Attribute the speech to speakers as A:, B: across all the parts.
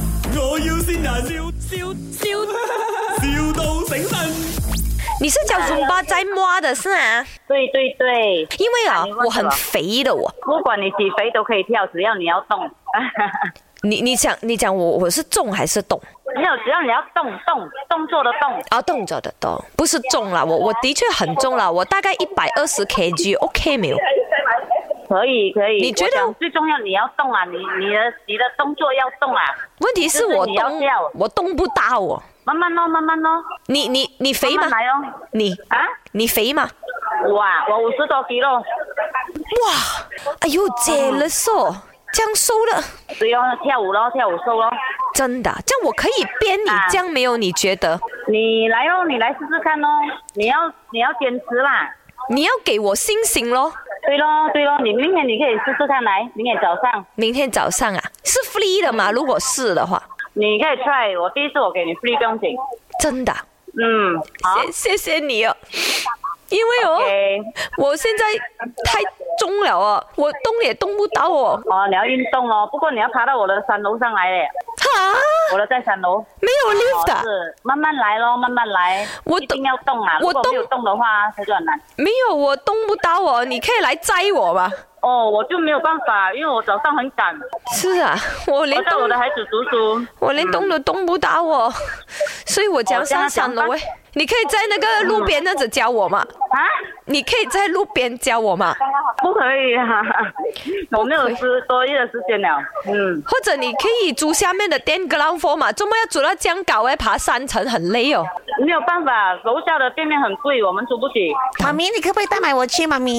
A: 要先人，笑笑笑，,笑到醒神。
B: 你是教中巴在摸的是啊？
C: 对对对，
B: 因为啊
C: 你，问
B: 我很
C: 什么
B: 肥的我。
C: 不管你几肥都可以跳，只要你要动。
B: 你你讲你讲我我是重还是动
C: 没有，只要你要动动动作的动，
B: 啊？动着的动，不是重
C: 啊
B: 啦。我我的确很重啦，我大概一百二十 kg，OK 没有？
C: 可以可以。
B: 你觉得
C: 我想最重要你要动啊，你你的你的动作要动啊，
B: 问题是我
C: 就是你要
B: 动
C: 掉
B: 我动不到哦。
C: 慢慢咯，慢慢咯，
B: 你你你肥吗
C: 慢慢？来哦。
B: 你
C: 啊，
B: 你肥吗？
C: 哇，我五十多斤咯，
B: 哇，哎呦，姐了瘦，这样瘦了，
C: 只要跳舞咯，跳舞瘦咯。
B: 真的，啊这样我可以编你
C: 啊
B: 这样没有？你觉得
C: 你来哦，你来试试看哦，你要你要坚持啦。
B: 你要给我星星咯？
C: 对咯对咯，你明天你可以试试看来，明天早上
B: 明天早上啊，是 free 的吗？如果是的话，
C: 你可以 try，我第一次我给你 free 不用紧。
B: 真的啊，
C: 嗯，好
B: 谢谢谢你哦，因为哦。
C: ，OK，
B: 我现在太重了哦，我动也动不到哦。
C: 哦，你要运动哦，不过你要爬到我的三楼上来嘞，
B: 哈，
C: 我的在三楼。
B: 没有 lift 啊
C: 哦，
B: 的，
C: 是慢慢来咯，慢慢来，
B: 我
C: 一
B: 懂
C: 定要动啊！
B: 我
C: 如果
B: 懂
C: 没有动的话，它就很难。
B: 没有我动不到哦。你可以来摘我吗？
C: 哦，我就没有办法，因为我早上很赶，
B: 是啊，我连
C: 我带
B: 动
C: 我嗯的孩子读书。
B: 我连动都动不到哦，所以我讲上山了
C: 哦这样讲吧
B: 喂。你可以在那个路边那样子教我吗？
C: 啊，
B: 你可以在路边教我吗？
C: 不可以 啊！我没有十多月的时间了。嗯，
B: 或者你可以租下面的店 ground floor 嘛？周末要租到这样高哎，爬三层很累哦。
C: 没有办法，楼下的店面很贵，我们租不起。
D: 妈咪，你可不可以带埋我去？妈咪，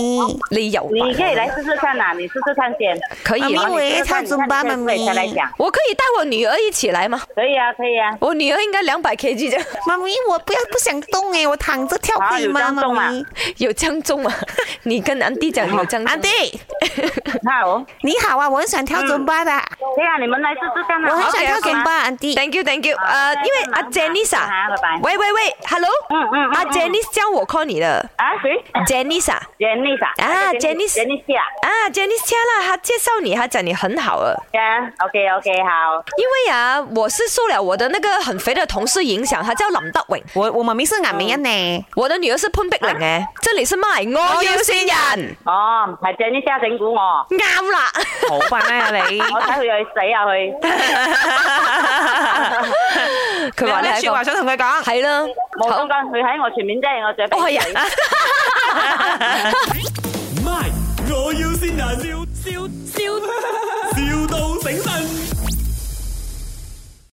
B: 你有吧
C: 你可以来试试看呐、你试试看先。
B: 可以啊
D: 妈
B: 吗
D: 咪？我也要唱
C: 你看
D: 尊巴，
C: 你看
D: 妈
C: 你可
D: 咪
C: 以。再来讲。
B: 我可以带我女儿一起来吗？
C: 可以啊，可以啊。
B: 我女儿应该两百 kg 这样。
D: 妈咪，我不要不想动哎，我躺着跳可以
C: 好
D: 吗？
C: 有张动啊
D: 妈咪，
B: 有江中吗？ 你跟安迪讲有啊江中吗，
D: 安迪，
C: 那哦，
D: 你好啊，我很喜欢跳尊巴的，
C: 可以啊，你们来试试看
D: 我
C: 啊。
D: 很
C: 好
D: 喜欢跳尊巴，安迪。
B: ，Thank you，Thank you，
C: 好
B: 呃，因
C: 再见
B: 为阿
C: 忙
B: j e n n i s
C: 啊拜
B: a
C: 拜
B: 喂喂喂，Hello，
C: 嗯嗯嗯
B: 阿
C: 嗯
B: j e n n i s 叫我 call 你的
C: 啊，谁
B: j e n n i s a
C: À, ？Jenny à? 啊。
B: 啊 Jenny-
C: Jenny 啊。
B: 啊 j e n n i s 加了，她介绍你，她讲你很好了，
C: 呀，OK Dạ, OK，好。
B: 因为啊，我是受了我的那个很肥的同事影响，她叫林德荣，
D: 我我妈咪是眼明人呢，
B: 我的女儿是潘碧玲诶，这里是卖啊我要先人，
C: 哦，係 Jenny 家整蠱我，
B: 啱 啦，
D: 好笨啊你
C: 我睇佢又去死下佢，
B: 佢話你係一個
D: 想同佢讲？
B: 係啦，
C: 冇
B: 好哦 dạ. 啊
C: 相干，佢喺我前面啫，我最
B: 哦係
C: 俾
B: 啊。